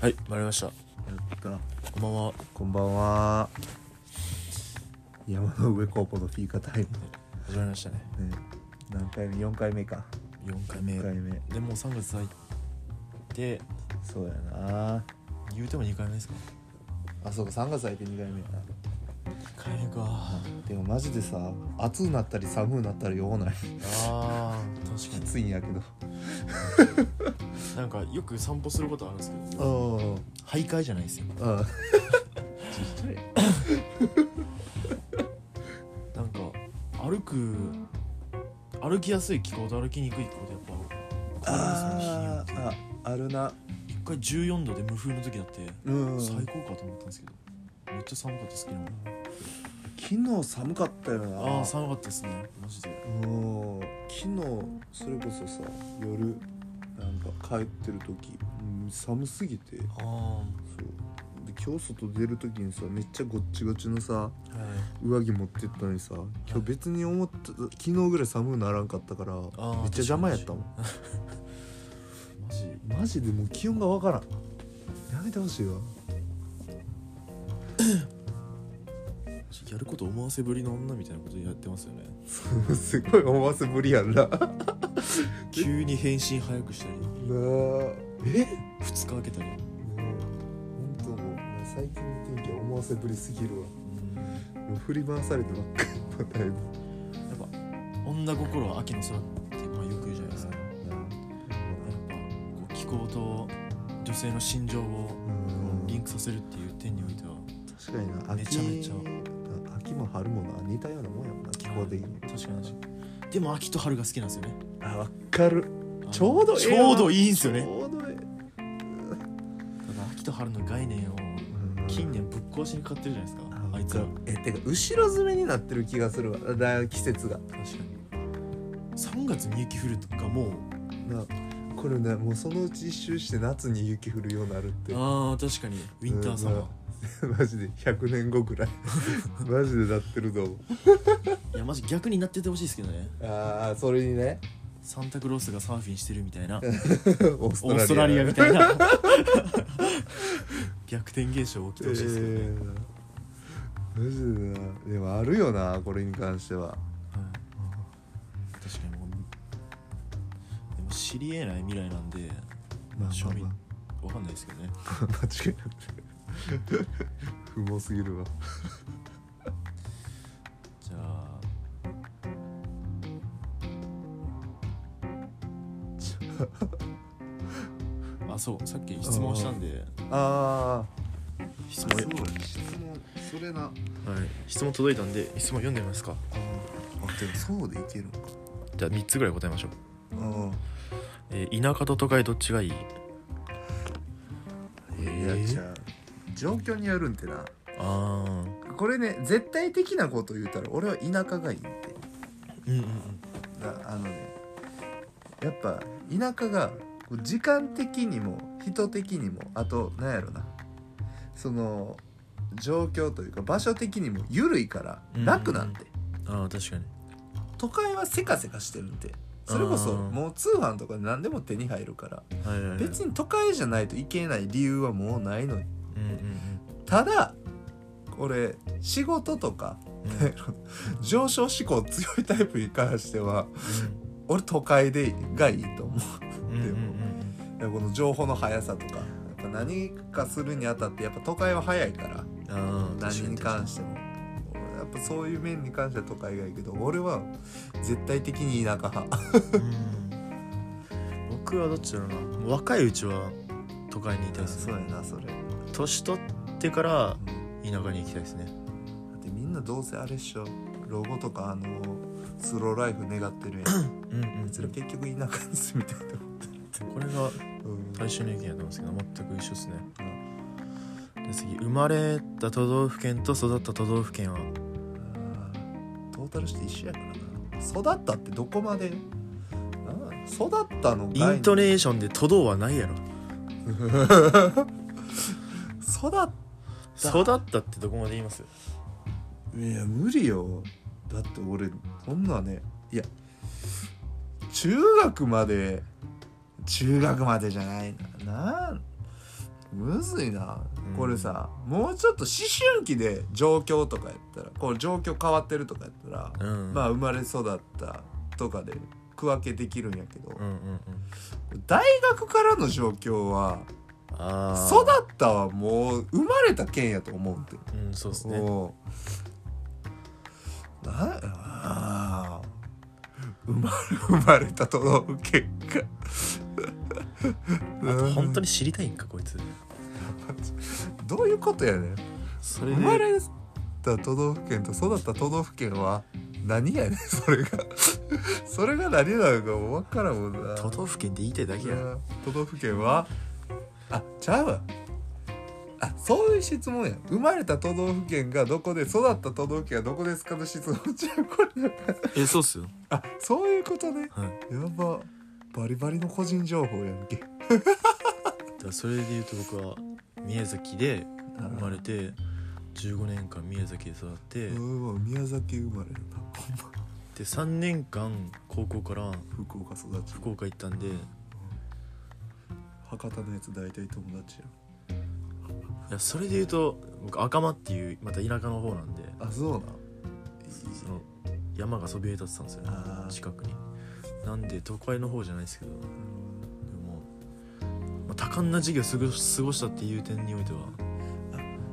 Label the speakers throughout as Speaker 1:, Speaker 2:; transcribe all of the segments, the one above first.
Speaker 1: はい参りました
Speaker 2: やっていくな
Speaker 1: こんばんは
Speaker 2: こんばんは山の上高校のピーカタイ
Speaker 1: 始まりましたね
Speaker 2: ム、ね、何回目4回目か
Speaker 1: 4回目
Speaker 2: 4回目
Speaker 1: でもう3月入って
Speaker 2: そうやな
Speaker 1: 言うても2回目ですか
Speaker 2: あそうか3月入って2回目やな
Speaker 1: 2回目か
Speaker 2: でもマジでさ暑うなったり寒うなったりようない
Speaker 1: あー確
Speaker 2: き
Speaker 1: か
Speaker 2: ついんやけど
Speaker 1: になんかよく散歩することあるんですけど
Speaker 2: うん
Speaker 1: 徘徊じゃないですよ
Speaker 2: うんちっちゃい
Speaker 1: なんか歩く歩きやすい気候と歩きにくい気候でやっぱ変わるん
Speaker 2: あ
Speaker 1: ですよね日によって
Speaker 2: ーああるな
Speaker 1: 一回14度で無風の時だって
Speaker 2: うん
Speaker 1: 最
Speaker 2: 昨
Speaker 1: 高かと思ったんですけどめっちゃ寒かったですけど
Speaker 2: 日寒かったよな
Speaker 1: ああ寒かったですねマジで
Speaker 2: もう昨日それこそさ夜なんか帰ってる時、うん寒すぎて
Speaker 1: ああは
Speaker 2: そうで今日外出る時にさめっちゃごっちごちのさ
Speaker 1: い
Speaker 2: 上着持ってったのにさ今日別に思った昨日ぐらい寒くならんかったからめっちゃ
Speaker 1: ー
Speaker 2: 邪魔やったもん
Speaker 1: マジ
Speaker 2: マジでもう気温がわからんやめてほしいわ
Speaker 1: やること思わせぶりの女みたいなことやってますよね
Speaker 2: すごい思わせぶりやん ななあ
Speaker 1: 急に返信早くしたり
Speaker 2: え
Speaker 1: 2日空けたり
Speaker 2: 本当もう最近の天気は思わせぶりすぎるわ
Speaker 1: うんや
Speaker 2: もう振り回されてばっかりだいぶ
Speaker 1: っぱ女心は秋の空ってまあよく言うじゃないですかやっぱこう気候と女性の心情を
Speaker 2: うん
Speaker 1: リンクさせるっていう点においては
Speaker 2: 確かにな秋
Speaker 1: めちゃめちゃ
Speaker 2: 秋も春もな似たようなもんやもんな気候的に
Speaker 1: 確かに確かにでも秋と春が好きなんですよね
Speaker 2: あわかる
Speaker 1: あの
Speaker 2: ちょうどえ
Speaker 1: ち
Speaker 2: えわ
Speaker 1: ょうどいいんですよ
Speaker 2: ち
Speaker 1: ね
Speaker 2: ょうどええ
Speaker 1: ただ秋と春の概念を近年ぶっ壊しにかかってるじゃないですかあいつら
Speaker 2: えてか後ろ詰めになってる気がするわだ季節が
Speaker 1: 確かに3月に雪降るとかもう
Speaker 2: なこれねもうそのうち一周して夏に雪降るようになるって
Speaker 1: あー確かにウィンターサマー、
Speaker 2: うん マジで100年後 ぐらいマジでなってると思う
Speaker 1: いやマジ逆になっててほしいですけどね
Speaker 2: ああそれにね
Speaker 1: サンタクロースがサーフィンしてるみ たいな
Speaker 2: オー
Speaker 1: オーストラリアみたいな 逆転現象起きてほしいですけどね、
Speaker 2: えーマジでなでもあるよなこれに関しては
Speaker 1: はい確かにもうでも知りえない未来なんで
Speaker 2: まあ
Speaker 1: 庶 民
Speaker 2: まあ
Speaker 1: わかんないですけどね
Speaker 2: まあ間違いなく不毛すぎるわ
Speaker 1: じゃ ああそうさっき質問したんで
Speaker 2: あ
Speaker 1: 質
Speaker 2: あ
Speaker 1: 問
Speaker 2: 質問それな
Speaker 1: はい質問届いたんで質問読んでみますか
Speaker 2: あでもそうでいけるのか
Speaker 1: じゃあ3つぐらい答えましょう、
Speaker 2: うん
Speaker 1: えー田舎と都会どっちがいい
Speaker 2: いや
Speaker 1: えー
Speaker 2: じゃあ状況によるんてな
Speaker 1: あ
Speaker 2: これね絶対的なこと言うたら俺は田舎がいいって
Speaker 1: うんうんうん
Speaker 2: なあのねやっぱ田舎がこう時間的にも人的にもあとなんやろなその状況というか場所的にも緩いから
Speaker 1: うん
Speaker 2: 楽なんて、
Speaker 1: ああ確かに
Speaker 2: 都会はせかせかしてるんでそれこそ
Speaker 1: あー
Speaker 2: もう通販とかで何でも手に入るから
Speaker 1: はいはい、はい、
Speaker 2: 別に都会じゃないといけない理由はもうないのに
Speaker 1: うんうん
Speaker 2: ただこれ仕事とか
Speaker 1: うんうん
Speaker 2: 上昇志向強いタイプに関しては俺都会でがいいと思う
Speaker 1: うんうんうん
Speaker 2: いやこの情報の速さとかやっぱ何かするにあたってやっぱ都会は早いから
Speaker 1: うんああ
Speaker 2: 何に関
Speaker 1: し
Speaker 2: し
Speaker 1: て
Speaker 2: てもやっぱそういう面に関しては都会がいいけど俺は絶対的に田舎派
Speaker 1: 僕はどっちだろうなもう若いうちは都会にいたいです
Speaker 2: そ
Speaker 1: ね
Speaker 2: うやなそれ、うん
Speaker 1: 年取ってから田舎に行きたいですね
Speaker 2: だってみんなどうせあれっしょ老後とかあのスローライフ願ってるや ん
Speaker 1: うんうん、
Speaker 2: それ結局田舎に住みたいと思ってる
Speaker 1: これが最初の意見やと思うんですけど全く一緒ですねで次生まれた都道府県と育った都道府県は
Speaker 2: あートータルして一緒やからな育ったってどこまでなんや育ったの概
Speaker 1: イ
Speaker 2: 念
Speaker 1: ントネーションで都道はないやろ
Speaker 2: 育っ
Speaker 1: 育ったってどこまで言います
Speaker 2: いや無理よだって俺そんなねいや中学まで中学までじゃないななんむずいな
Speaker 1: うん
Speaker 2: これさ、もうちょっと思春期で状況とかやったらこう状況変わってるとかやったら、
Speaker 1: うん
Speaker 2: まあ生まれ育ったとかで区分けできるんやけど、
Speaker 1: うんうんうん
Speaker 2: 大学からの状況は
Speaker 1: ああ
Speaker 2: 育ったはもう生まれた県やと思うんで。
Speaker 1: うんそうですね
Speaker 2: おうなあー生まれ生まれた都道府県か
Speaker 1: あと本当に知りたいんかこいつ
Speaker 2: どういうことやねん
Speaker 1: それ
Speaker 2: 生ま
Speaker 1: で
Speaker 2: れた都道府県と育った都道府県は何やねんそれがそれが何なのかも分からんもんな
Speaker 1: 都道府県って言いたいだけや
Speaker 2: うん都道府県はあちゃうわあそういう質問や生まれた都道府県がどこで育った都道府県はどこですかの質問じゃうこれ
Speaker 1: えそうっすよ
Speaker 2: あそういうことね
Speaker 1: はい
Speaker 2: やばバリバリの個人情報やんけ
Speaker 1: だからそれで言うと僕は宮崎で生まれて15年間宮崎で育って
Speaker 2: う
Speaker 1: で
Speaker 2: わ宮崎生まれやなほんま
Speaker 1: 3年間高校から
Speaker 2: 福岡育ち
Speaker 1: 福岡行ったんでい
Speaker 2: 博多のやつ大体友達や
Speaker 1: やそれで言うと僕赤間っていうまた田舎の方なんで
Speaker 2: んあそうなん
Speaker 1: その山がそびえ立ってたんですよね
Speaker 2: あー
Speaker 1: 近くになんで都会の方じゃないですけどで
Speaker 2: うん
Speaker 1: も、まあ、多感な時期を過ご過ごしたっていう点においては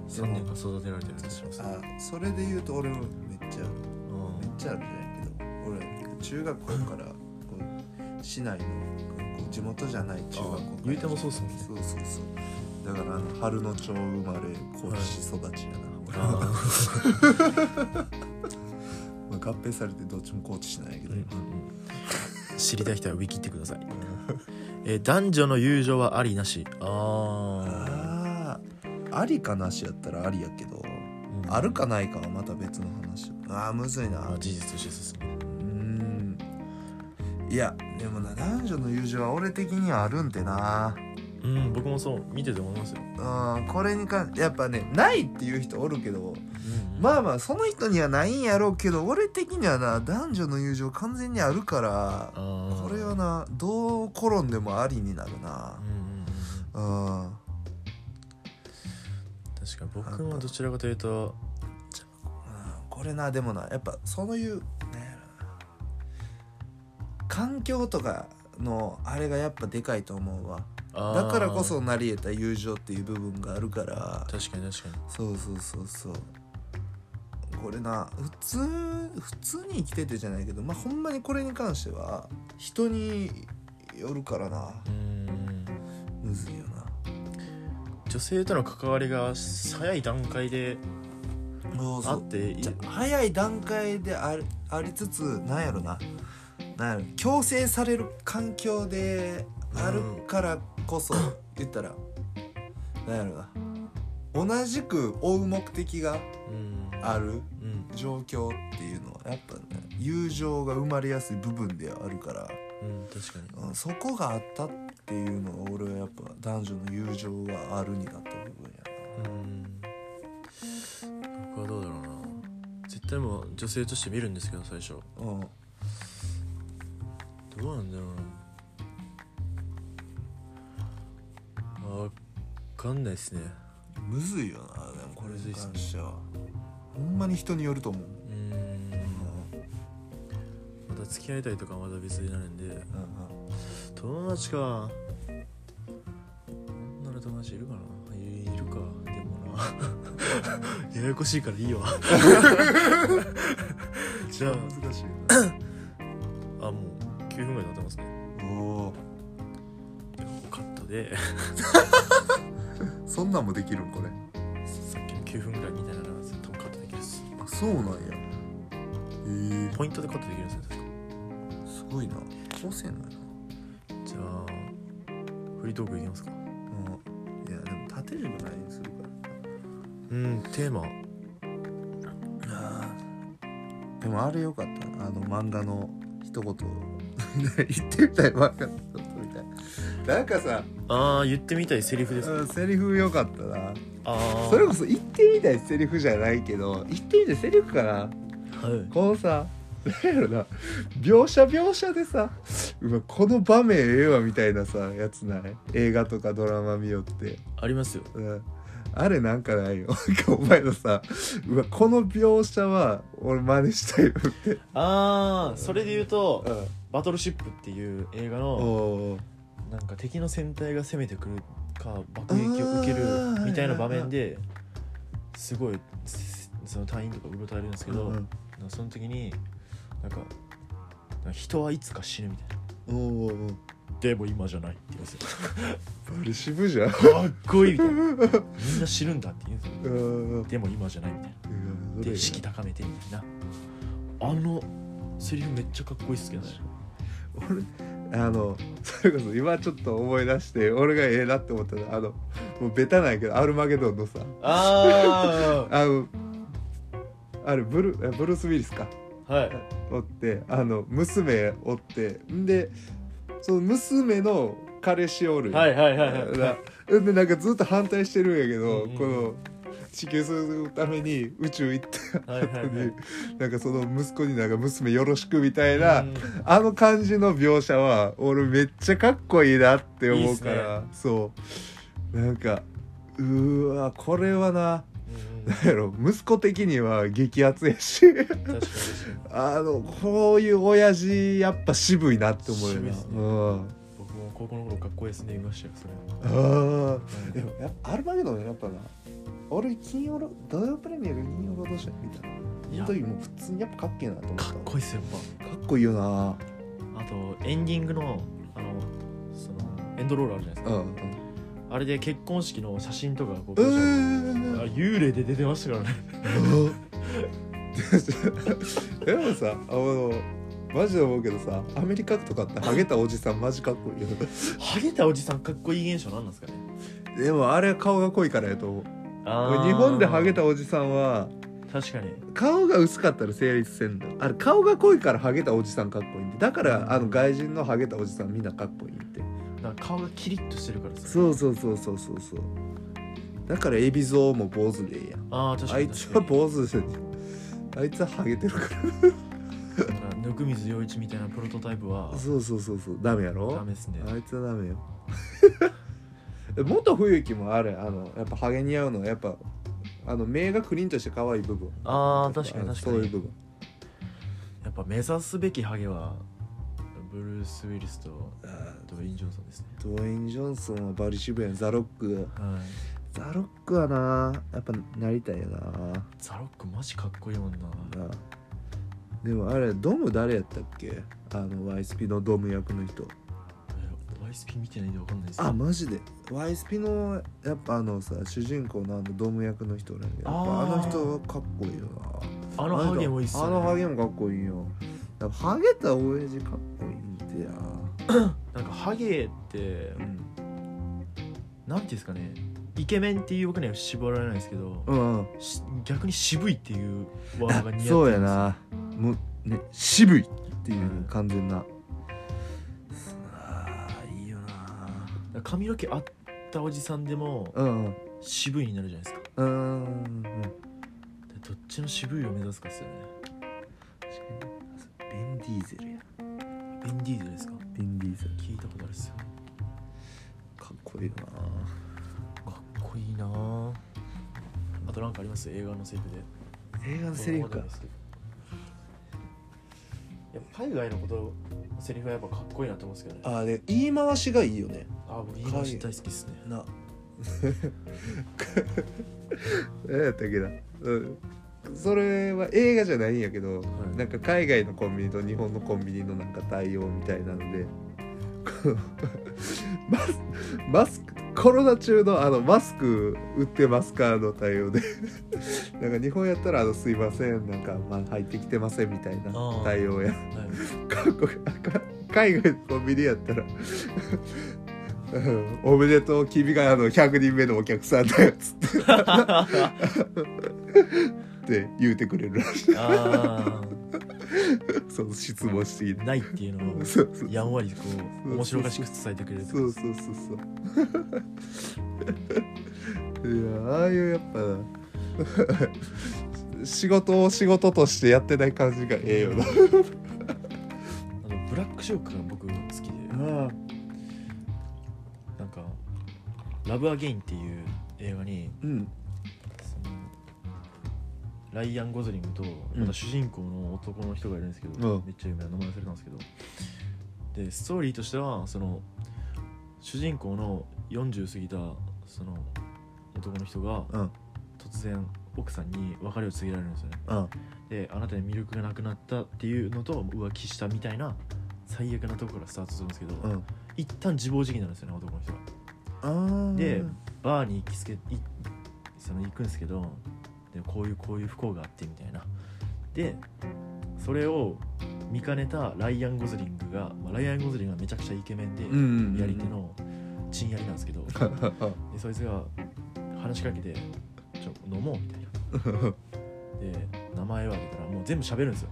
Speaker 1: 3年間育てられてる気がします
Speaker 2: あそれで言うと俺もめっちゃ
Speaker 1: うん
Speaker 2: めっちゃあるじゃないけど俺中学校からこう市内のこう地元じゃない中学校
Speaker 1: あ言うてもそうっすもんね
Speaker 2: そうそうそうだからあの春野町生まれ甲子育ちやな、俺は
Speaker 1: あー
Speaker 2: まあ、合併されてどっちも高知市なんやけど、
Speaker 1: うんうん知りたい人はウィキってください、えー男女の友情はありなしあ
Speaker 2: ああありかなしやったらありやけど、
Speaker 1: ー、うん
Speaker 2: あるかないかはまた別の話ああむずいな
Speaker 1: あー事実としてですね
Speaker 2: うんいやでもな男女の友情は俺的にはあるんでな
Speaker 1: うん僕もそう見てて思いますよ、
Speaker 2: うんこれに関してやっぱねないっていう人おるけどまあ
Speaker 1: あ
Speaker 2: まあその人にはないんやろうけど俺的にはな男女の友情完全にあるから
Speaker 1: あ
Speaker 2: これはなどう転んでもありになるな
Speaker 1: うんうんうん
Speaker 2: うん
Speaker 1: 確かに僕もどちらかというと
Speaker 2: うんこれなでもなやっぱそういうなんやろな環境とかのあれがやっぱでかいと思うわ
Speaker 1: あー
Speaker 2: だからこそ成り得た友情っていう部分があるから
Speaker 1: 確かに確かに
Speaker 2: そうそうそうそうこれな普通普通に生きててじゃないけどまあほんまにこれに関しては人によるからな
Speaker 1: うんうん
Speaker 2: むずいよな
Speaker 1: 女性との関わりが早い段階で
Speaker 2: そう
Speaker 1: あっていい
Speaker 2: じゃ早い段階でありありつつなんやろななんやろ強制される環境であるからこそ、言ったらなんやろな同じく追う目的が
Speaker 1: うん
Speaker 2: ある
Speaker 1: うん
Speaker 2: 状況っていうのはやっぱね友情が生まれやすい部分ではあるから、
Speaker 1: うん確かに
Speaker 2: うん、そこがあったっていうのは俺はやっぱ男女の友情があるになった部分や
Speaker 1: うん僕はどうだろうな絶対もう女性として見るんですけど最初
Speaker 2: な。うん
Speaker 1: どうなんだろうなわかんないっすね
Speaker 2: むずいよなでもこれに関してはほんまに人によると思う、
Speaker 1: うんまた付き合いたいとかはまた別になるんで
Speaker 2: うん
Speaker 1: 友達か女の友達いるかないるかでもな ややこしいからいいわじゃ
Speaker 2: 難しい
Speaker 1: ああもう9分ぐらい経ってますね
Speaker 2: なおお
Speaker 1: カットで
Speaker 2: そんなんもできるんこれ
Speaker 1: さっきの9分ぐらいみたいなのがずっとカットできるっす
Speaker 2: あそうなんやへえ
Speaker 1: ポイントでカットできるんですよ確か
Speaker 2: すごいな高性能やな
Speaker 1: じゃあフリートークいきますか
Speaker 2: うんいやでも縦軸ないにするから
Speaker 1: うんテーマ
Speaker 2: あーでもあれよかったなあの漫画の一言 言ってみたい漫画の一言みたいなんかさ
Speaker 1: あー言ってみたいセリフですか
Speaker 2: うんセリフよかったな
Speaker 1: あー
Speaker 2: それこそ言ってみたいセリフじゃないけど言ってみたいセリフかな
Speaker 1: はい
Speaker 2: このさ何やろな描写描写でさうわこの場面ええわみたいなさやつない映画とかドラマ見よって、
Speaker 1: ありますよ
Speaker 2: うん、あれなんかないよなんかお前のさうわこの描写は俺真似したいよって、
Speaker 1: ああそれで言うと
Speaker 2: うん、
Speaker 1: 「バトルシップ」っていう映画
Speaker 2: お
Speaker 1: の
Speaker 2: ー
Speaker 1: なんか敵の戦隊が攻めてくるか爆撃を受けるみたいな場面ですごいその隊員とかうろたえるんですけど、
Speaker 2: うん
Speaker 1: なんかその時になんか「なんか人はいつか死ぬ」みたいな
Speaker 2: おーおーおー
Speaker 1: 「でも今じゃない」って言うんですよ
Speaker 2: バリ渋じゃん
Speaker 1: かっこいいみたいなみんな死ぬんだって言うんです
Speaker 2: う
Speaker 1: よ
Speaker 2: ん
Speaker 1: でも今じゃないみたいなで意識高めてみたいなあのセリフめっちゃかっこいいっすけどね
Speaker 2: 俺あのそれこそ今ちょっと思い出して俺がええなって思ったのはあのもうベタなんやけどアルマゲドンのさ
Speaker 1: あ
Speaker 2: あのあれブルえブルース・ウィリスか
Speaker 1: あはい
Speaker 2: おってあの娘おってんでその娘の彼氏おる
Speaker 1: はいはいはいは い
Speaker 2: なでなんかずっと反対してるんやけど、
Speaker 1: うんうん
Speaker 2: この地球するために宇宙行った
Speaker 1: はいはい
Speaker 2: 後
Speaker 1: はい
Speaker 2: に なんかその息子になんか娘よろしくみたいな、
Speaker 1: うん
Speaker 2: あの感じの描写は俺めっちゃかっこいいなって思うから
Speaker 1: いいっ
Speaker 2: そうなんかうーわこれはな
Speaker 1: うん
Speaker 2: なんやろ息子的には激アツやし
Speaker 1: 確かに確かに
Speaker 2: あのこういう親父やっぱ渋いなって思うよ
Speaker 1: 渋い
Speaker 2: な、
Speaker 1: っすね
Speaker 2: うん
Speaker 1: 僕も高校の頃かっこいいですね見ましたよそれ
Speaker 2: あー
Speaker 1: うん
Speaker 2: でもやっぱアルマゲドンやっぱな俺金曜ロ土曜プレミアが金曜ロードショー見たない
Speaker 1: や
Speaker 2: その時もう普通にやっぱかっけえなと思った
Speaker 1: かっこいいっすよやっぱ
Speaker 2: かっこいいよな
Speaker 1: あとエンディングのあのそのエンドロールあるじゃないです
Speaker 2: う
Speaker 1: か、
Speaker 2: ん
Speaker 1: あれで結婚式の写真とかがこう、
Speaker 2: うん
Speaker 1: あ幽霊で出てましたからね
Speaker 2: でもさあのマジで思うけどさアメリカとかってハゲたおじさんマジかっこいいよ
Speaker 1: ハゲたおじさんかっこいい現象なんなんですかね
Speaker 2: でもあれは顔が濃いからやと思う
Speaker 1: あー
Speaker 2: 俺日本でハゲたおじさんは
Speaker 1: 確かに
Speaker 2: 顔が薄かったら成立せんのあれ顔が濃いからハゲたおじさんかっこいいんでだからあの外人のハゲたおじさんみんなかっこいいって
Speaker 1: なんか顔がキリッとしてるからさ
Speaker 2: そうそうそうそうそうそうだからエビゾウも坊主でいいやん
Speaker 1: ああ確か
Speaker 2: あ
Speaker 1: に
Speaker 2: いつ
Speaker 1: 確か
Speaker 2: は
Speaker 1: に
Speaker 2: 坊主であいつはハゲてるか
Speaker 1: だから温水洋一みたいなプロトタイプは
Speaker 2: らそうそうそうそうダメやろ
Speaker 1: ダメですね
Speaker 2: あいつはダメよ 元冬樹もあれあのやっぱハゲ似合うのはやっぱあの目がクリンとして可愛い部分
Speaker 1: ああ確かに確か
Speaker 2: そういう
Speaker 1: に
Speaker 2: 部分
Speaker 1: やっぱ目指すべきハゲはブルース・ウィリスと
Speaker 2: あ
Speaker 1: ドウェイン・ジョンソンですね
Speaker 2: ドウェイン・ジョンソンはバリシブやんザ・ロック
Speaker 1: はい
Speaker 2: ザ・ロックはなやっぱなりたいよな
Speaker 1: ザロックマジかっこいいもんな
Speaker 2: なでもあれドム誰やったっけあの YSP のドム役の人
Speaker 1: え YSP 見てないんでわかんないです
Speaker 2: あマジで YSP のやっぱあのさ主人公のあのドム役の人なんやけどやっぱあ
Speaker 1: あー
Speaker 2: の人はかっこいいよな
Speaker 1: あのハゲもいいっすよ、ね、
Speaker 2: あのハゲもかっこいいよやっぱハゲた親父かっこいいんだよ
Speaker 1: なんかハゲって
Speaker 2: うん
Speaker 1: なんていうんですかねイケメンっていう僕には絞られないですけど、
Speaker 2: うんうん
Speaker 1: し逆に渋いっていうワードが似合ってるんですよ
Speaker 2: そうやなもうね渋いっていう、
Speaker 1: うん
Speaker 2: 完全なあーいいよな
Speaker 1: だから髪の毛あったおじさんでも
Speaker 2: うんうん
Speaker 1: 渋いになるじゃないですか
Speaker 2: うーん
Speaker 1: でどっちの渋いを目指すかっすよね
Speaker 2: 確かにベン・ディーゼルや
Speaker 1: ベンディーゼルですか
Speaker 2: ベン・ディーゼル
Speaker 1: 聞いたことあるっすよ
Speaker 2: かっこいいよな
Speaker 1: かっこいいなああとなんかあります映画のセリフで
Speaker 2: 映画のセリフか
Speaker 1: いや海外のことセリフはやっぱかっこいいなと思うんですけどねあ
Speaker 2: あで言い回しがいいよね
Speaker 1: あ僕言い回し大好きですね
Speaker 2: な何やったっけな、うん、それは映画じゃないんやけど、
Speaker 1: い
Speaker 2: なんか海外のコンビニと日本のコンビニのなんか対応みたいなので このマスマスクコロナ中のあのマスク売ってますかの対応でなんか日本やったらあの「すいませんなんか、まあ、入ってきてません」みたいな
Speaker 1: あー
Speaker 2: 対応や
Speaker 1: はい
Speaker 2: 韓国か海外のコンビニやったら うんおめでとう君があの100人目のお客さんだよ」っつって って言うてくれるらしい
Speaker 1: あ
Speaker 2: その質問していい
Speaker 1: あないっていうのを
Speaker 2: そうそう
Speaker 1: やんわりこ
Speaker 2: う
Speaker 1: う面白おかしく伝えてくれる
Speaker 2: そうそうそうそういやああいうやっぱ な仕事を仕事としてやってない感じがええよな
Speaker 1: あのブラック爆笑区が僕好きで
Speaker 2: あ
Speaker 1: なんか「ラブ・アゲイン」っていう映画に
Speaker 2: うん
Speaker 1: そのライアン・ゴズリングとまた主人公の男の人がいるんですけど、
Speaker 2: うん
Speaker 1: めっちゃ有名な名前忘れたんですけどでストーリーとしてはその主人公の40過ぎたその男の人が
Speaker 2: うん
Speaker 1: 突然奥さんに別れを告げられるんですよね
Speaker 2: うん
Speaker 1: であなたに魅力がなくなったっていうのと浮気したみたいな最悪なとこからスタートするんですけど、
Speaker 2: うん
Speaker 1: 一旦自暴自棄になるんですよね男の人が
Speaker 2: あー
Speaker 1: でバーに行きつけいその行くんですけどでこういうこういう不幸があってみたいなでそれを見かねたライアン・ゴズリングが、まあ、ライアン・ゴズリングがめちゃくちゃイケメンで、
Speaker 2: うんうんうん
Speaker 1: やり 手のチンやりなんですけどでそいつが話しかけて「ちょ飲もう」みたいなで名前を挙げたらもう全部喋るんですよ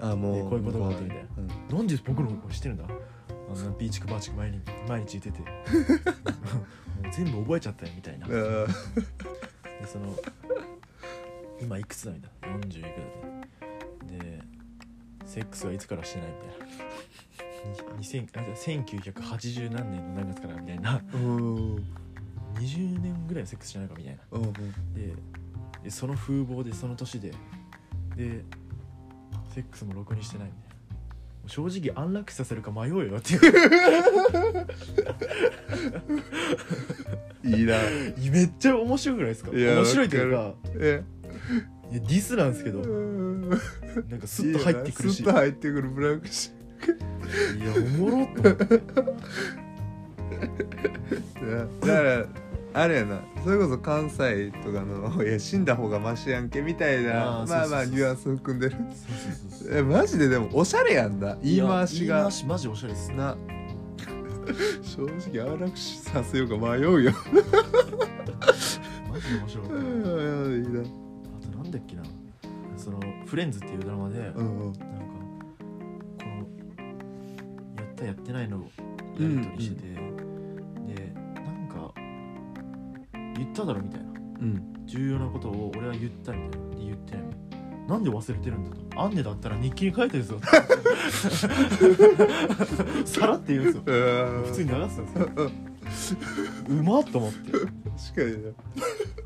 Speaker 2: あもう
Speaker 1: でこういうことがあってみたいな
Speaker 2: うん
Speaker 1: なんで僕の声してるんだあんなビーチクバーチク毎日毎 日言っててもう全部覚えちゃったよみたいなで
Speaker 2: あ
Speaker 1: その今いくつだみたいな40いくつだでセックスはいつからしてないみたいなに2000あ1980何年の何月からみたいな
Speaker 2: ーうん
Speaker 1: 20年ぐらいはセックスしてないかみたいな
Speaker 2: うんうん
Speaker 1: ででその風貌でその年ででセックスもろくにしてないみたいなもう正直安楽死させるか迷うよっていう
Speaker 2: いいな
Speaker 1: めっちゃ面白くないですか
Speaker 2: いや
Speaker 1: 面白いというか
Speaker 2: え
Speaker 1: いやディスなんですけど
Speaker 2: うん
Speaker 1: なんかスッと入ってくるし
Speaker 2: いい
Speaker 1: い
Speaker 2: よなスッと
Speaker 1: や
Speaker 2: 入ってくるブラックシ
Speaker 1: おもろっと思って
Speaker 2: だからあれやなそれこそ関西とかの「いや死んだ方がマシやんけ」みたいな
Speaker 1: あー
Speaker 2: まあまあ
Speaker 1: そうそうそう
Speaker 2: ニュアンスを含んでる
Speaker 1: そうそうそう
Speaker 2: えマジででもおしゃれやんな言い回し
Speaker 1: いや言い
Speaker 2: が
Speaker 1: 回しマジおしゃれです
Speaker 2: な正直安楽死させようか迷うよ
Speaker 1: マジで面白かっ
Speaker 2: う
Speaker 1: た
Speaker 2: ん
Speaker 1: あ
Speaker 2: いいな
Speaker 1: となんだっけなその「フレンズ」っていうドラマでなん
Speaker 2: うん
Speaker 1: か
Speaker 2: うん
Speaker 1: このやったやってないのをやり取りしててでなんか言っただろみたいな
Speaker 2: うん
Speaker 1: 重要なことを俺は言ったみたいなで言ってないみたいななんで忘れてるんだとアンネだったら日記に書いて るぞさらって言うんですよ普通に流すんですようまっと思って
Speaker 2: 確かにな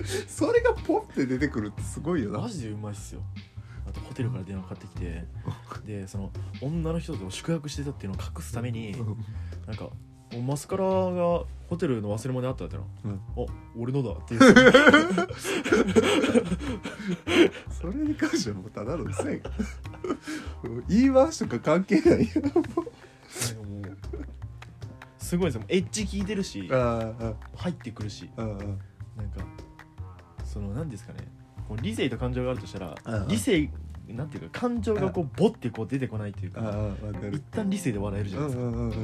Speaker 2: それがポンって出てくるってすごいよ
Speaker 1: マ
Speaker 2: な
Speaker 1: ジでうまいっすよあとホテルから電話かかってきてでその女の人と宿泊してたっていうのを隠すためになんかおマスカラがホテルの忘れ物にあったってな、
Speaker 2: うん
Speaker 1: あ俺のだって言って
Speaker 2: それに関してはもうただのせい 言い回しとか関係ないよ
Speaker 1: なんかもうすごいですよエッジ効いてるし
Speaker 2: あ
Speaker 1: 入ってくるし
Speaker 2: あああ
Speaker 1: なんかその何ですかねこう理性と感情があるとしたら
Speaker 2: うん
Speaker 1: 理性なんていうか感情がこうボッてこう出てこないっていう
Speaker 2: ああ
Speaker 1: か
Speaker 2: わか
Speaker 1: 一
Speaker 2: る
Speaker 1: 旦理性で笑えるじ
Speaker 2: う
Speaker 1: ゃない
Speaker 2: ん
Speaker 1: です
Speaker 2: う
Speaker 1: か
Speaker 2: んうんうん
Speaker 1: な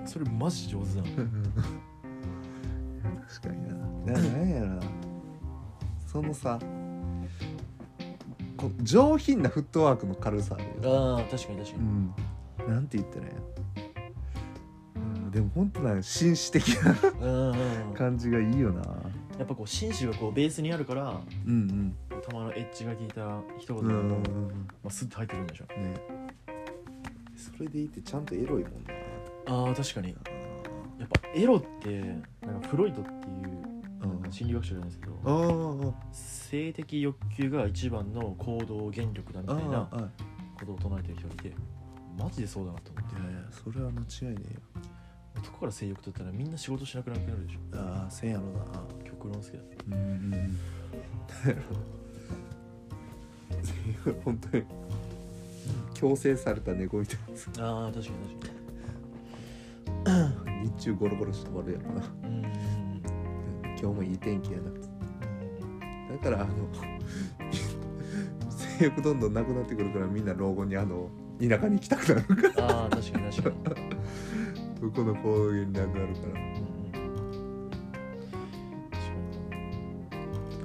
Speaker 1: んでそれマジ上手だな
Speaker 2: 確かになななんやろなそのさこう上品なフットワークの軽さあるよな
Speaker 1: あー確かに確か
Speaker 2: うんなんて言ったらいいのうんでも本当なんか紳士的な
Speaker 1: うんうんうん
Speaker 2: 感じがいいよな
Speaker 1: やっぱこう紳士がこうベースにあるから
Speaker 2: うん
Speaker 1: たまのエッジが効いた一
Speaker 2: う
Speaker 1: 言
Speaker 2: んう
Speaker 1: で
Speaker 2: んう
Speaker 1: も
Speaker 2: んうん
Speaker 1: まあスッと入ってくるんでしょ
Speaker 2: ねそれでいてちゃんとエロいもんな
Speaker 1: あー確かにやっぱエロってなんかフロイトっていうなんか心理学者じゃないですけど
Speaker 2: あー
Speaker 1: 性的欲求が一番の行動原力だみ
Speaker 2: あ
Speaker 1: たいな
Speaker 2: ーあ
Speaker 1: ことを唱えてる人がいてマジでそうだなと思って
Speaker 2: ーいやいやそれは間違いねえよ
Speaker 1: 男から性欲取ったらみんな仕事しなくなるでしょ
Speaker 2: ああせんやろな
Speaker 1: 極論ですけど
Speaker 2: うんうんうん 本当に強制された猫みたいなやつ
Speaker 1: ああ確かに確かに
Speaker 2: 日中ゴロゴロして終わるやろな
Speaker 1: うーん
Speaker 2: 今日もいい天気やなだからあの性欲どんどんなくなってくるからみんな老後にあの田舎に行きたくなるから
Speaker 1: ああ確かに確かに
Speaker 2: そこの行動源になくなるか
Speaker 1: うん確か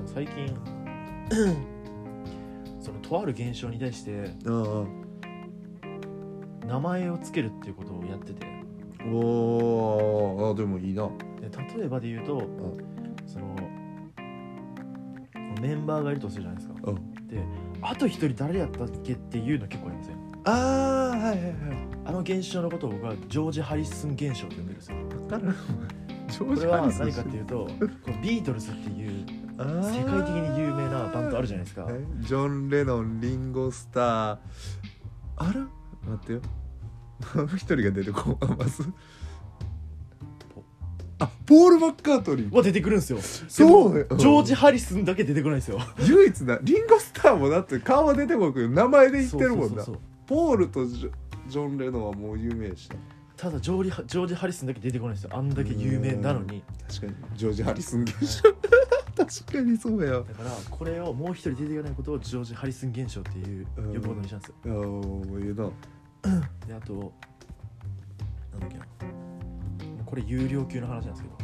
Speaker 1: に最近 そのとある現象に対して
Speaker 2: らうん
Speaker 1: 名前をつけるっていうことをやってて
Speaker 2: うんおーあでもいいな
Speaker 1: で例えばで言うとそのメンバーがいるとするじゃないですか
Speaker 2: うん
Speaker 1: であと一人誰やったっけっていうの結構ありません
Speaker 2: ああはいはいはい
Speaker 1: あの現象のことを僕はジョージ・ハリスン現象と呼んでるんですよ
Speaker 2: 分かるジョ
Speaker 1: こ
Speaker 2: ージ・
Speaker 1: れ
Speaker 2: ハ
Speaker 1: は
Speaker 2: リソン
Speaker 1: 何かっていうとこのビートルズっていう
Speaker 2: あ
Speaker 1: 世
Speaker 2: ー
Speaker 1: 界的に有名なバンドあるじゃないですか
Speaker 2: えジョン・レノンリンゴ・スターあら待ってよもう一人が出てこんまずあポール・マッカートリー
Speaker 1: は出てくるんですよ
Speaker 2: そうよ
Speaker 1: でもジョージ・ハリスンだけ出てこないんですよ
Speaker 2: 唯一なリンゴ・スターもだって顔は出てこんけど名前で言ってるもんな
Speaker 1: そうそうそうそう
Speaker 2: ポールとジョジョン・レノンはもう有名やした
Speaker 1: だジョーリジョージ・ハリスンだけ出てこないんですよあんだけ有名なのに
Speaker 2: 確かにジョージ・ハリスン現象確かにそうや
Speaker 1: だからこれをもう一人出てこないことをジョージ・ハリスン現象っていう呼ぶことにしたんですよ
Speaker 2: ああもう言うな
Speaker 1: であとなんだっけなこれ有料級の話なんですけど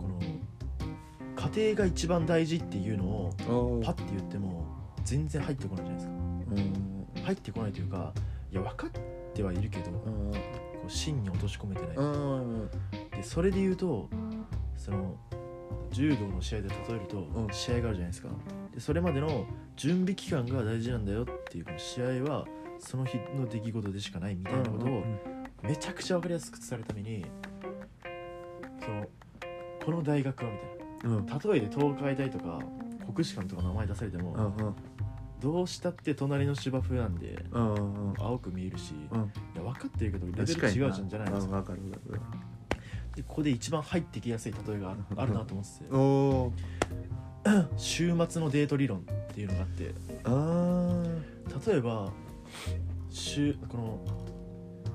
Speaker 1: この家庭が一番大事っていうのを
Speaker 2: うん
Speaker 1: パッて言っても全然入ってこないじゃないですか
Speaker 2: うん
Speaker 1: 入ってこないというかいや分かってはいるけどこ
Speaker 2: うん
Speaker 1: う芯に落とし込めてない
Speaker 2: うん
Speaker 1: でそれで言うとその柔道の試合で例えると
Speaker 2: うん
Speaker 1: 試合があるじゃないですかでそれまでの準備期間が大事なんだよっていうこの試合はその日の出来事でしかないみたいなことをめちゃくちゃ分かりやすく伝えるためにそのこの大学はみたい
Speaker 2: うん
Speaker 1: な例えで東海大とか国士舘とか名前出されても、
Speaker 2: うん
Speaker 1: どうしたって隣の芝生なんで
Speaker 2: うんうん
Speaker 1: 青く見えるし、
Speaker 2: うん
Speaker 1: いや分かってるけどレベル
Speaker 2: 確かに
Speaker 1: 違うじゃんじゃないですか
Speaker 2: わかるわか
Speaker 1: でここで一番入ってきやすい例えがある
Speaker 2: うん
Speaker 1: あるなと思ってて
Speaker 2: るお
Speaker 1: 週末のデート理論っていうのがあって
Speaker 2: ああ
Speaker 1: 例えば週この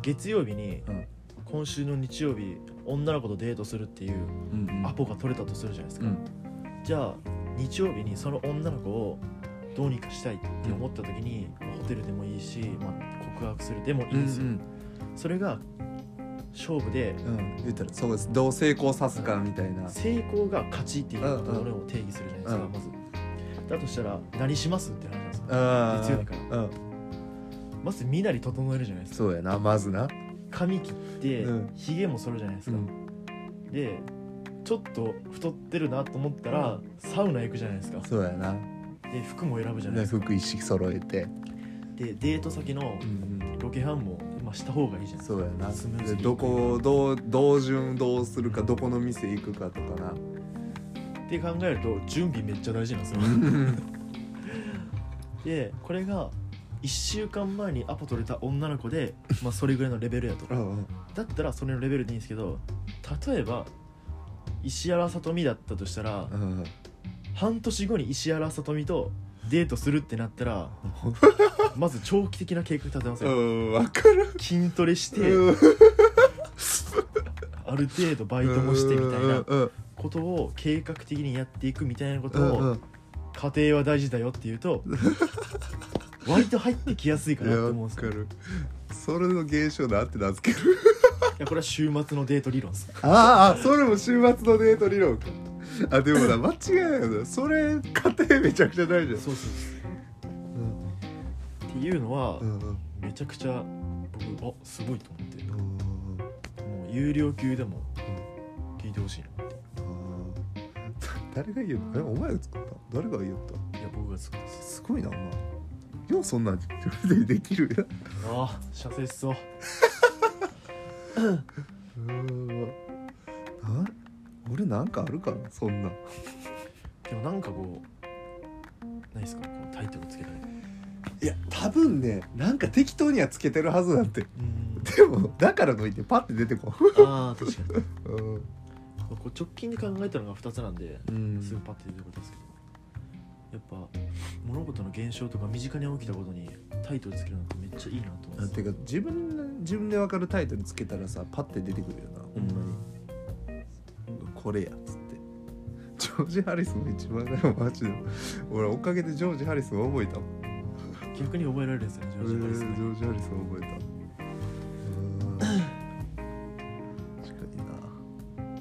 Speaker 1: 月曜日に
Speaker 2: うん
Speaker 1: 今週の日曜日女の子とデートするっていう
Speaker 2: うんうん
Speaker 1: アポが取れたとするじゃないです
Speaker 2: う
Speaker 1: か、
Speaker 2: ん
Speaker 1: じゃあ日曜日にその女の子をどうにかしたいって思った時に、まあホテルでもいいし、まあ、告白するでもいいんですよ、それが勝負で
Speaker 2: うんうん言ったらそうですどう成功さすかみたいな
Speaker 1: 成功が勝ちっていうこ
Speaker 2: うんうん
Speaker 1: とを定義するじゃないですか、
Speaker 2: うん
Speaker 1: まずだとしたら何しますって話なんですよ
Speaker 2: あ
Speaker 1: 月曜日から
Speaker 2: あ
Speaker 1: まず身なり整えるじゃないですか
Speaker 2: そうやなまずな
Speaker 1: 髪切って
Speaker 2: うん
Speaker 1: ひげ、も剃るじゃないですか、でちょっと太ってるなと思ったら、サウナ行くじゃないですか
Speaker 2: そうやな
Speaker 1: で服も選ぶじゃない
Speaker 2: ね
Speaker 1: ですか
Speaker 2: 服一式揃えて
Speaker 1: でデート先の
Speaker 2: ん
Speaker 1: ロケハンも、まあ、した方がいいじゃないですか
Speaker 2: そうやな
Speaker 1: スムーズ
Speaker 2: で
Speaker 1: に
Speaker 2: どこをどうどう順どうするかどこの店行くかとかな
Speaker 1: って考えると準備めっちゃ大事なんですよでこれが1週間前にアポ取れた女の子で、まあ、それぐらいのレベルやと
Speaker 2: うん
Speaker 1: だったらそれのレベルでいいんですけど例えば石原さとみだったとしたら
Speaker 2: うん
Speaker 1: 半年後に石原さとみとデートするってなっ たらまず長期的な計画立てます
Speaker 2: う
Speaker 1: よ
Speaker 2: んわかる
Speaker 1: 筋トレして
Speaker 2: うん
Speaker 1: ある程度バイトもしてみたいな
Speaker 2: うん
Speaker 1: ことを計画的にやっていくみたいなこと
Speaker 2: うんう
Speaker 1: を
Speaker 2: ん
Speaker 1: 家庭は大事だよってい うと割と入ってきやすいか
Speaker 2: い
Speaker 1: な
Speaker 2: や
Speaker 1: と思うん
Speaker 2: わ
Speaker 1: です
Speaker 2: か
Speaker 1: よい
Speaker 2: るそれの現象なんて名付ける
Speaker 1: やこれは週末のデート理論です
Speaker 2: ああそれも週末のデート理論かあでもな間違いないよなそれ家庭めちゃくちゃ大事だ
Speaker 1: そうそうっていうのは
Speaker 2: うんうん
Speaker 1: めちゃくちゃ僕あすごいと思って
Speaker 2: うんうん
Speaker 1: もう有料級でも聞いてほしいな
Speaker 2: 誰が言うのえお前が作った誰が言った
Speaker 1: いや僕が作ったです
Speaker 2: すごいなお前ようそんなんそれでできる
Speaker 1: ああ射精しそう
Speaker 2: やんな俺なんかあるかなそんな
Speaker 1: でもなんかこうないですかこうタイトルつけたい
Speaker 2: いや多分ねなんか適当にはつけてるはずなんて
Speaker 1: うん
Speaker 2: でもだからといってパッて出てこ
Speaker 1: ああ確かに
Speaker 2: んうん
Speaker 1: こう直近で考えたのが2つなんで
Speaker 2: うん
Speaker 1: すぐパッて出てくるんですけどやっぱ物事の現象とか身近に起きたことにタイトルつけるのってめっちゃいいなと思い
Speaker 2: あ
Speaker 1: ます
Speaker 2: てか自分自分で分かるタイトルつけたらさパッて出てくるよなほんまに、これやっつってジョージ・ハリスの一番だよマジで俺おかげでジョージ・ハリスを覚えたもん
Speaker 1: 逆に覚えられるんですよねジョージ・ハリス
Speaker 2: えージ
Speaker 1: ね
Speaker 2: ョージ・ハリスを覚えたうーん確か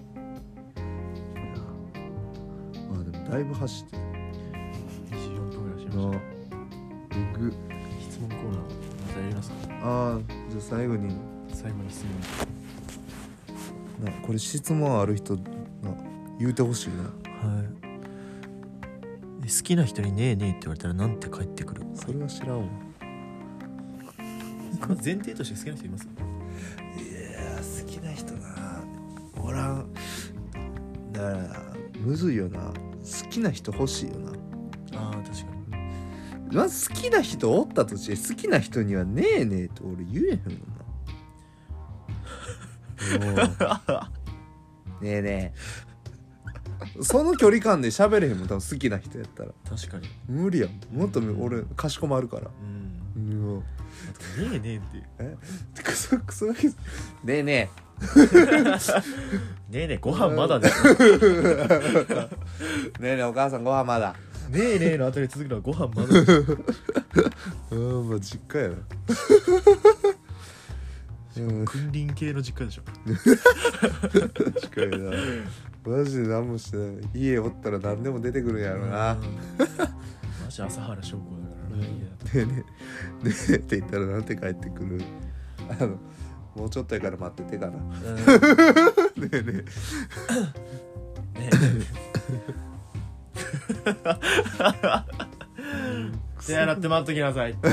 Speaker 2: にないやまあでもだいぶ走って
Speaker 1: 24分ぐらいし
Speaker 2: る
Speaker 1: ま
Speaker 2: な
Speaker 1: し
Speaker 2: えぐ
Speaker 1: た質問コーナーまたやりますか
Speaker 2: あーじゃあ最後に
Speaker 1: 最後に質問
Speaker 2: なこれ質問ある人な言うてほしいな
Speaker 1: はい好きな人に「ねえねえ」って言われたらなんて返ってくる
Speaker 2: それは知らんわ
Speaker 1: ま ず前提として好きな人います
Speaker 2: いやー好きな人なおらんだからむずいよな好きな人欲しいよな
Speaker 1: ああ確かに
Speaker 2: まず好きな人おったとして好きな人にはねえねえと俺言えへんもん なもうねえねえその距離感で喋れへんもん多分好きな人やったら
Speaker 1: 確かに
Speaker 2: 無理やんもっと俺かしこまるから
Speaker 1: うん
Speaker 2: うわ
Speaker 1: あとねえねえっていう
Speaker 2: クソクソクソねえね
Speaker 1: ねえねえご飯まだね
Speaker 2: えねえねえお母さんご飯まだ
Speaker 1: ねえねえのあたり続くのはご飯まだ ね
Speaker 2: うんまあ実家や なでも
Speaker 1: 君臨系の実家でしょ
Speaker 2: 確かになマジで何もしてない家おったら何でも出てくるんやろな
Speaker 1: うんマジ朝原翔子だからな、いや
Speaker 2: でね「でね」って言ったらなんて帰ってくるあのもうちょっとやから待っててかなね
Speaker 1: うん
Speaker 2: えね
Speaker 1: ねえ手洗って待っときなさいか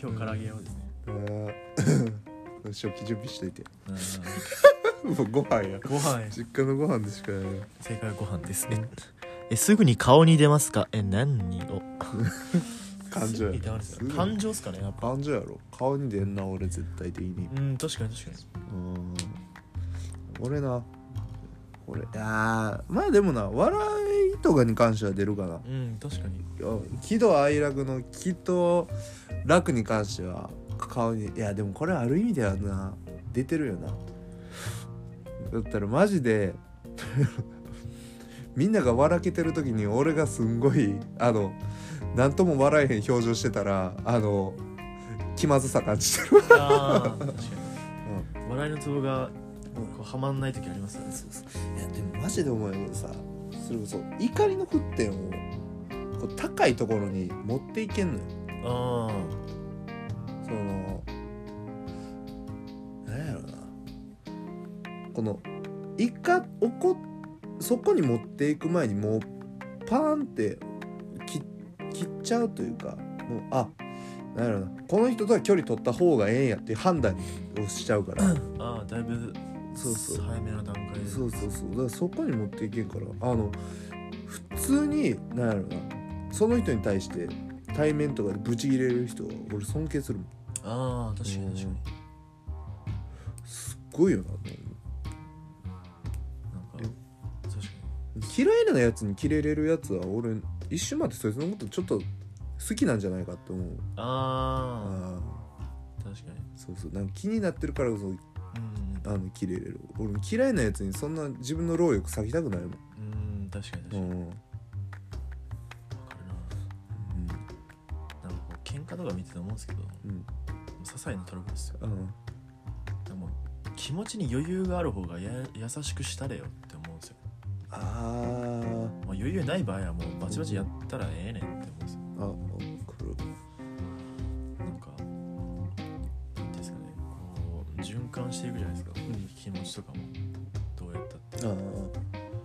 Speaker 1: 今日唐揚げをですね
Speaker 2: え食器準備しといて
Speaker 1: うん
Speaker 2: もうご飯や
Speaker 1: ご飯
Speaker 2: 実家のご飯でしかない
Speaker 1: 正解はご飯ですねえすぐに顔に出ますかえ何を
Speaker 2: 感情やろすごい
Speaker 1: 感情っすかねやっぱ
Speaker 2: 感情やろ顔に出んな俺絶対的に
Speaker 1: うん確かに確かに
Speaker 2: うん俺な俺あーまあでもな笑いとかに関しては出るかな
Speaker 1: うん確かに
Speaker 2: 喜怒哀楽の喜と楽に関しては顔にいやでもこれある意味ではな出てるよなだったらマジで みんなが笑けてる時に俺がすんごいあの何とも笑えへん表情してたらあの気まずさ感じてる、
Speaker 1: ああ確か
Speaker 2: うん
Speaker 1: に笑いのツボがこうはまんない時ありますよね
Speaker 2: いやでもマジで思うけどさそれこそ怒りの沸点をこう高いところに持っていけんのよ
Speaker 1: あ
Speaker 2: そのなんやろなこの怒怒っそこに持っていく前にもうパーンって切切っちゃうというかもうあなんやろなこの人とは距離取った方がええんやっていう判断をしちゃうから
Speaker 1: あああだいぶ
Speaker 2: そうそう
Speaker 1: 早めの段階で
Speaker 2: そうそうそうだからそこに持っていけんからあの普通になんやろなその人に対して対面とかでブチギレる人は俺尊敬するもん
Speaker 1: ああ確かに確かに
Speaker 2: すっごいよな
Speaker 1: なんか確か
Speaker 2: 嫌いなやつにキレれるやつは俺一瞬までそいつのことちょっと好きなんじゃないかって思う
Speaker 1: にあ
Speaker 2: ああ
Speaker 1: あ確かに
Speaker 2: そうそうなんか気になってるからこそ
Speaker 1: うん
Speaker 2: あのキレれる俺嫌いなやつにそんな自分の労力割きたくないもん
Speaker 1: うん確かに確かに
Speaker 2: う
Speaker 1: わ
Speaker 2: ん、うん、
Speaker 1: かるななんかこう喧嘩とか見てて思うんですけど
Speaker 2: うん
Speaker 1: 些細なトラブルですよ
Speaker 2: うん
Speaker 1: でも気持ちに余裕がある方がや優しくしたれよって思うんですよ、
Speaker 2: ああ
Speaker 1: まあ、余裕ない場合はもうバチバチやったらええねんって思うんですよ
Speaker 2: あ、わかる。
Speaker 1: なんか何ていうんですかねこう循環していくじゃないですか、
Speaker 2: ん
Speaker 1: 気持ちとかもどうやったって
Speaker 2: ああ、
Speaker 1: なんで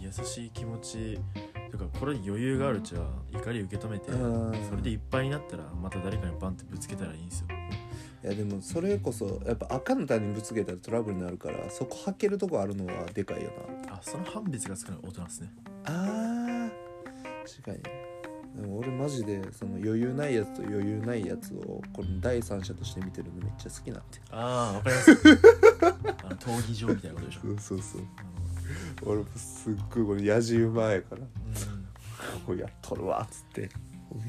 Speaker 1: 優しい気持ちとかこれに余裕があるうちは怒り受け止めて
Speaker 2: うん
Speaker 1: それでいっぱいになったらまた誰かにバンってぶつけたらいいんですよ
Speaker 2: いやでもそれこそやっぱ赤の他にぶつけたらトラブルになるからそこはけるとこあるのはでかいよ
Speaker 1: あその判別が少ない大人ですね
Speaker 2: な。ああ、確かに。でも俺マジでその余裕ないやつと余裕ないやつをこの第三者として見てるのめっちゃ好きなんで。
Speaker 1: ああわか りますあの闘技場みたいなことでしょ、
Speaker 2: うそうそう。
Speaker 1: あの
Speaker 2: 俺もすっごいこれやじ馬やから
Speaker 1: うん
Speaker 2: こうやっとるわっつって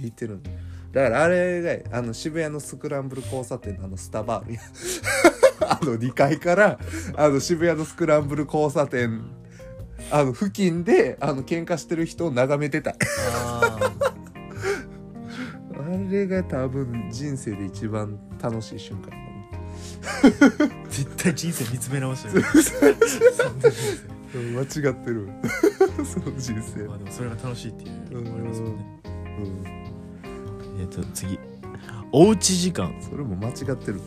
Speaker 2: 見てるんだ。だからあれがあの渋谷のスクランブル交差点のあのスタバあるやんあの2階からあの渋谷のスクランブル交差点あの付近であの喧嘩してる人を眺めてた
Speaker 1: あー
Speaker 2: あれが多分人生で一番楽しい瞬間だ
Speaker 1: 絶対人生見つめ直 してるそんな人生
Speaker 2: 間違ってる その人生
Speaker 1: まあでもそれが楽しいっていうのもありますもんね
Speaker 2: うん
Speaker 1: えっ、と次おうち時間
Speaker 2: それも間違ってる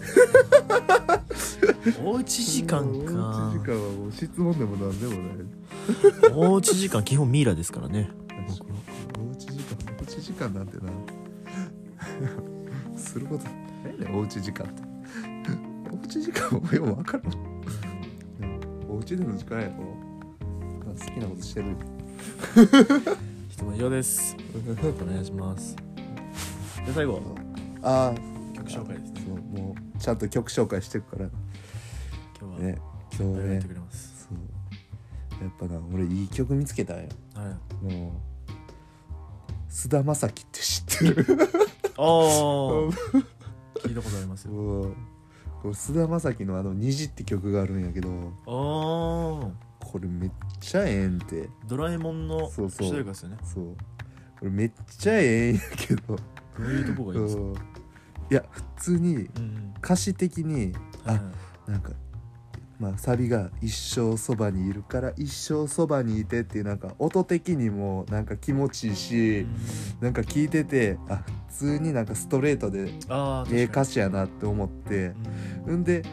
Speaker 1: おうち時間
Speaker 2: 1時間
Speaker 1: か
Speaker 2: はもう質問でも何でもない
Speaker 1: おうち時間基本ミイラですからね
Speaker 2: おうち時間おうち時間間なんてな することないねおうち時間っておうち時間もよう分からんおうちでの時間やろ、まあ、好きなことしてる
Speaker 1: 人も以上です お願いしますで最後
Speaker 2: ああ
Speaker 1: 曲紹介ですね
Speaker 2: そうもうちゃんと曲紹介してくから
Speaker 1: 今日は
Speaker 2: ね今日
Speaker 1: 誰がや
Speaker 2: ね
Speaker 1: ってくれます、
Speaker 2: そうやっぱな俺いい曲見つけたんよ
Speaker 1: はい
Speaker 2: もう菅田将暉って知ってる
Speaker 1: おー聞いたことあります よ
Speaker 2: もうこう菅田将暉のあの「虹」って曲があるんやけど
Speaker 1: おー
Speaker 2: これめっちゃええんて
Speaker 1: ドラえもんの
Speaker 2: そう
Speaker 1: 主
Speaker 2: そう
Speaker 1: 題歌ですよね
Speaker 2: そうこれめっちゃええんやけど
Speaker 1: どういうとこがいいんですか
Speaker 2: うんいや普通に
Speaker 1: うん
Speaker 2: 歌詞的に
Speaker 1: うんはい
Speaker 2: あなんかまあサビが「一生そばにいるから一生そばにいて」っていうなんか音的にもなんか気持ちいいし
Speaker 1: うん
Speaker 2: なんか聞いててあ普通になんかストレートで
Speaker 1: あー
Speaker 2: ええ歌
Speaker 1: 詞
Speaker 2: 詞やなって思ってんで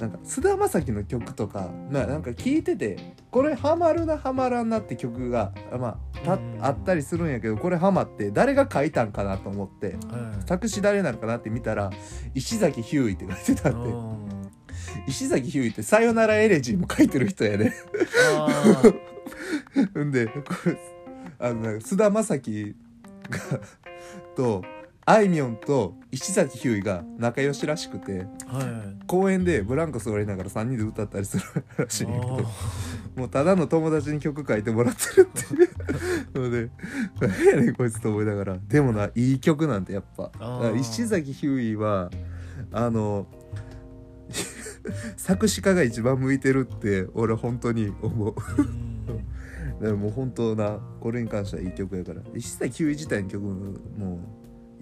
Speaker 2: なんか菅田将暉の曲とかまあなんか聞いててこれハマるなハマらんなって曲があまあた
Speaker 1: うん
Speaker 2: あったりするんやけどこれハマって誰が書いたんかなと思って
Speaker 1: はい
Speaker 2: 作詞誰なんかなって見たら石崎ひゅーいって書いてたんで。石崎ひゅーいって「さよならエレジー」も書いてる人やね
Speaker 1: あー
Speaker 2: んでこれあのなんか菅田将暉がとあいみょんと石崎ひゅーいが仲良しらしくて
Speaker 1: あーはい
Speaker 2: 公園でブランコ座りながら3人で歌ったりするらしいんやけど
Speaker 1: あー
Speaker 2: もうただの友達に曲書いてもらってるっていう ので何やねんこいつと思いながらでもないい曲なんてやっぱ
Speaker 1: あー
Speaker 2: だから石崎ひゅーいはあの 作詞家が一番向いてるって俺本当に思う
Speaker 1: うん
Speaker 2: だからもう本当なこれに関してはいい曲やから石崎ひゅーい自体の曲もも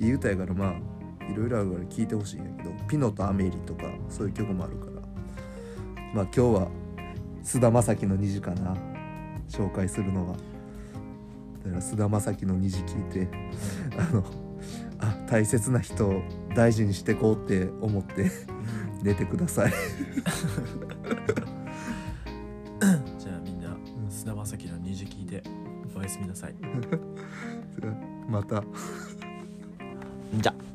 Speaker 2: ういい歌やからまあいろいろあるから聴いてほしいんやけど「ピノとアメリ」とかそういう曲もあるからまあ今日は菅田将暉の虹かな紹介するのはだから菅田将暉の虹聴いてあのあ大切な人を大事にしてこうって思って寝てください
Speaker 1: じゃあみんな菅田将暉の虹聞いておやすみなさい
Speaker 2: また
Speaker 1: じゃあ